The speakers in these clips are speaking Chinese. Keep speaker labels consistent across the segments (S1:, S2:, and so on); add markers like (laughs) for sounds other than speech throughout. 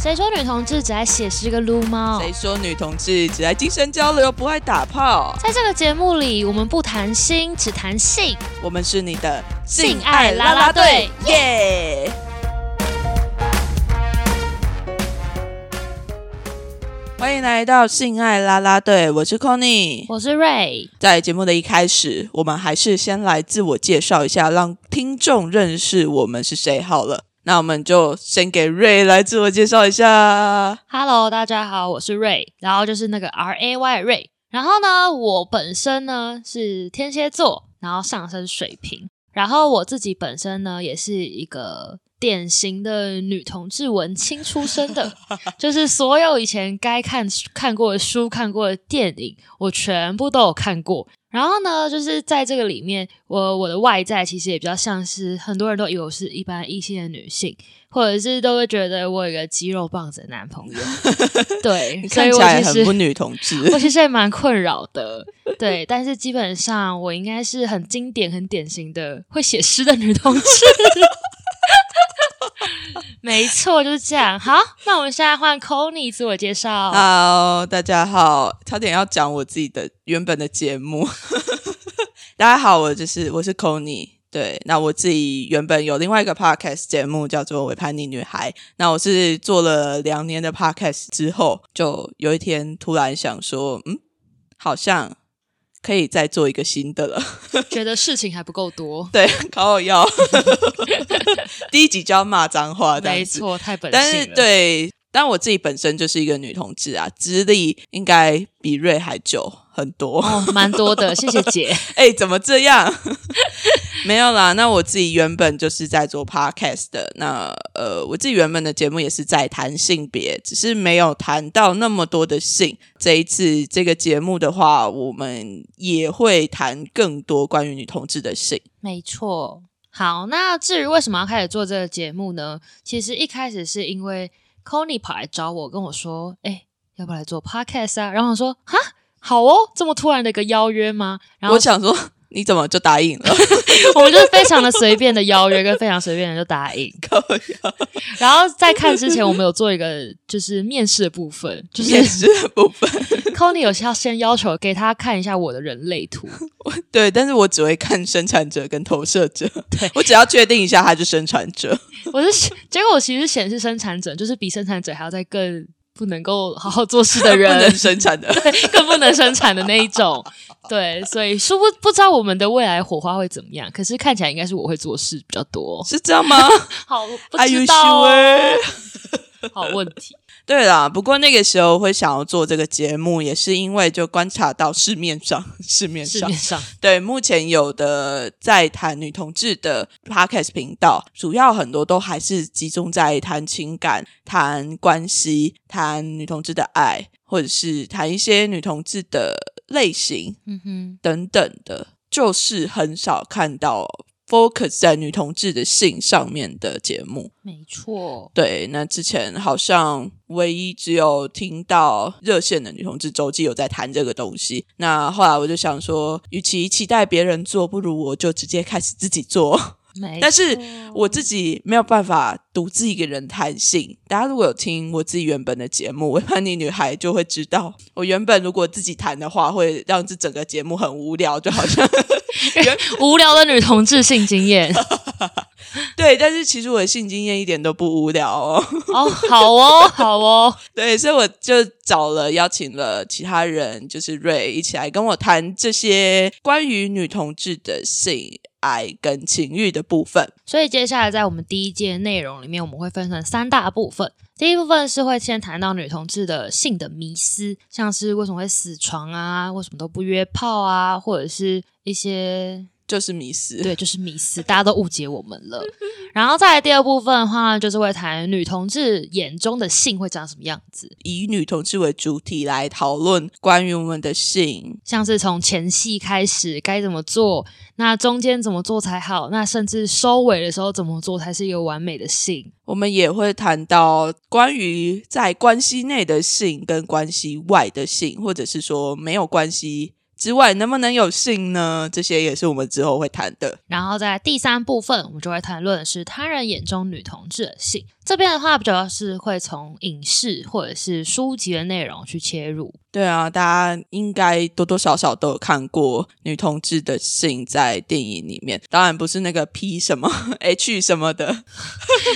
S1: 谁说女同志只爱写诗跟撸猫？
S2: 谁说女同志只爱精神交流，不爱打炮？
S1: 在这个节目里，我们不谈心，只谈性。
S2: 我们是你的
S1: 性爱啦啦队
S2: 耶！欢迎来到性爱啦啦队，我是 Conny。
S1: 我是瑞，
S2: 在节目的一开始，我们还是先来自我介绍一下，让听众认识我们是谁好了。那我们就先给瑞来自我介绍一下。
S1: Hello，大家好，我是瑞，然后就是那个 R A Y 瑞。然后呢，我本身呢是天蝎座，然后上升水瓶，然后我自己本身呢也是一个典型的女同志文青出身的，就是所有以前该看看过的书、看过的电影，我全部都有看过。然后呢，就是在这个里面，我我的外在其实也比较像是很多人都以为我是一般异性的女性，或者是都会觉得我有一个肌肉棒子的男
S2: (laughs)
S1: 朋友，对，
S2: 你
S1: 所
S2: 看
S1: 以
S2: 起
S1: 我
S2: 来
S1: 其
S2: 很
S1: 实
S2: 不女同志， (laughs)
S1: 我其实也蛮困扰的，对，但是基本上我应该是很经典、很典型的会写诗的女
S2: (laughs)
S1: 同志。没错，就是这样。好，那我们现在换 c o n y 自我介绍。
S2: Hello，大家好，差点要讲我自己的原本的节目。 (laughs) 大家好，我就是我是 c o n y 对，那我自己原本有另外一个 podcast 节目叫做《伪叛逆女孩》，那我是做了两年的 podcast 之后，就有一天突然想说，嗯，好像可以再做一个新的了。
S1: 觉得事情还不够多，
S2: 对，考我腰， (laughs) 第一集就要骂脏话，这样
S1: 没
S2: 子。
S1: 错，太本性
S2: 但
S1: 了。
S2: 是对，但我自己本身就是一个女同志啊，资历应该比瑞还久很多。
S1: 哦，蛮多的，谢谢姐。
S2: (laughs) 哎、怎么这样？ (laughs) 没有啦，那我自己原本就是在做 podcast 的。那呃，我自己原本的节目也是在谈性别，只是没有谈到那么多的性。这一次这个节目的话，我们也会谈更多关于女同志的性。
S1: 没错。好，那至于为什么要开始做这个节目呢？其实一开始是因为 c o n y 跑来找我，跟我说：“哎、要不要来做 podcast 啊？”然后我说：“哈，好哦，这么突然的一个邀约吗？”然后
S2: 我想说，你怎么就答
S1: (laughs)
S2: 应了？
S1: 我们就是非常的随便的邀约，跟非常随便的就答应。
S2: 靠腰
S1: 然后在看之前，我们有做一个就是面试的部分，就是
S2: 面试的部分。
S1: c o n y 有要先要求给他看一下我的人类图，
S2: 对，但是我只会看生产者跟投射者，
S1: 对
S2: 我只要确定一下他是生产者，
S1: 我是结果我其实显示生产者，就是比生产者还要再更不能够好好做事的人，
S2: 不能生
S1: (laughs)
S2: 产的。
S1: 更不能生产的那一种。对，所以殊不不知道我们的未来火花会怎么样，可是看起来应该是我会做事比较多。
S2: 是这样吗
S1: 好，我不
S2: ？Are you
S1: 知道、哦，
S2: sure？
S1: 好问题。
S2: 对啦，不过那个时候会想要做这个节目，也是因为就观察到市面上， (laughs) 市
S1: (laughs)
S2: 面
S1: 市
S2: 上
S1: 面上
S2: 对目前有的在谈女同志的 podcast 频道，主要很多都还是集中在谈情感、谈关系、谈女同志的爱，或者是谈一些女同志的类型。
S1: 嗯哼，
S2: 等等的，就是很少看到 focus 在女同志的性上面的节目。
S1: 没错。
S2: 对，那之前好像唯一只有听到热线的女同志周记有在谈这个东西。那后来我就想说，与其期待别人做，不如我就直接开始自己做。
S1: 没错，
S2: 但是我自己没有办法独自一个人谈性。大家如果有听我自己原本的节目《我叛逆女孩》，就会知道，我原本如果自己谈的话，会让这整个节目很无聊，就好像
S1: 无聊的女同志性经 (laughs) 验
S2: 对，但是其实我的性经验一点都不无聊哦。 (laughs)
S1: 哦，好哦，好哦，
S2: 对，所以我就找了邀请了其他人，就是瑞一起来跟我谈这些关于女同志的性爱跟情欲的部分。
S1: 所以接下来在我们第一届内容里面，我们会分成三大部分。第一部分是会先谈到女同志的性的迷思，像是为什么会死床啊，为什么都不约炮啊，或者是一些
S2: 就是迷思，
S1: 对，就是迷思，大家都误解我们了。然后再来第二部分的话，就是会谈女同志眼中的性会长什么样子，
S2: 以女同志为主体来讨论关于我们的性，
S1: 像是从前戏开始该怎么做，那中间怎么做才好，那甚至收尾的时候怎么做才是一个完美的性。
S2: 我们也会谈到关于在关系内的性跟关系外的性，或者是说没有关系之外，能不能有性呢？这些也是我们之后会谈的。
S1: 然后在第三部分，我们就会谈论是他人眼中女同志的性。这边的话，主要是会从影视或者是书籍的内容去切入。
S2: 对啊，大家应该多多少少都有看过女同志的性在电影里面，当然不是那个 P 什么 (laughs) H 什么的。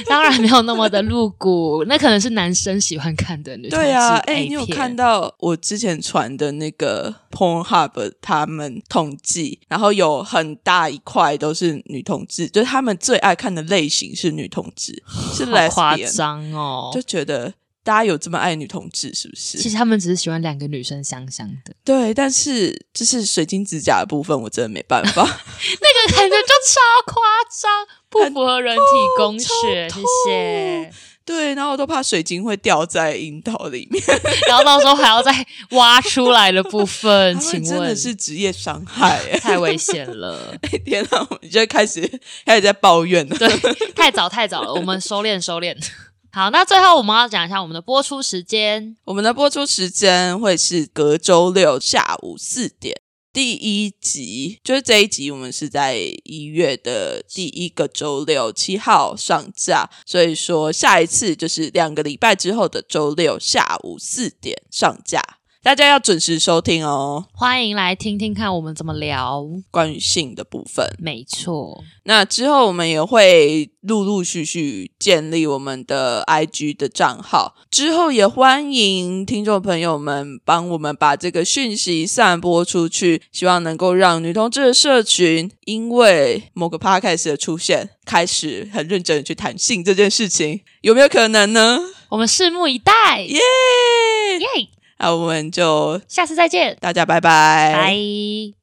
S1: 当然没有那么的露骨，那可能是男生喜欢看的女同志
S2: 对啊，
S1: 哎、
S2: 你有看？到我之前传的那个 Pornhub 他们统计，然后有很大一块都是女同志，就是他们最爱看的类型是女同志，是
S1: 好夸
S2: lesbian，
S1: 张哦！
S2: 就觉得大家有这么爱女同志是不是？
S1: 其实他们只是喜欢两个女生香香
S2: (laughs)
S1: 的，
S2: 对，但是就是水晶指甲的部分，我真的没办法，
S1: 那个感觉就超夸张，不符合人体工学。
S2: 超
S1: 谢
S2: 痛
S1: 谢。
S2: 对，然后我都怕水晶会掉在阴道里面，
S1: 然后到时候还要再挖出来的部分，
S2: (laughs) 他
S1: 请
S2: 们真
S1: 问
S2: 的是职业伤害。 (laughs) 哎
S1: 太危险了。
S2: 天哪，我们就开始开始在抱怨了。
S1: 对， (laughs) 太早太早了，我们收敛收敛。 (laughs) 好，那最后我们要讲一下我们的播出时间。
S2: 我们的播出时间会是隔周六下午四点。第一集就是这一集，我们是在一月的第一个周六七号上架，所以说下一次就是两个礼拜之后的周六下午四点上架，大家要准时收听哦。
S1: 欢迎来听听看我们怎么聊，
S2: 关于性的部分，
S1: 没错，
S2: 那之后我们也会陆陆续续建立我们的 IG 的账号，之后也欢迎听众朋友们帮我们把这个讯息散播出去，希望能够让女同志的社群因为某个 podcast 的出现，开始很认真的去谈性这件事情，有没有可能呢？
S1: 我们拭目以待，耶！
S2: 耶！那我们就
S1: 下次再见，
S2: 大家拜拜，
S1: 拜。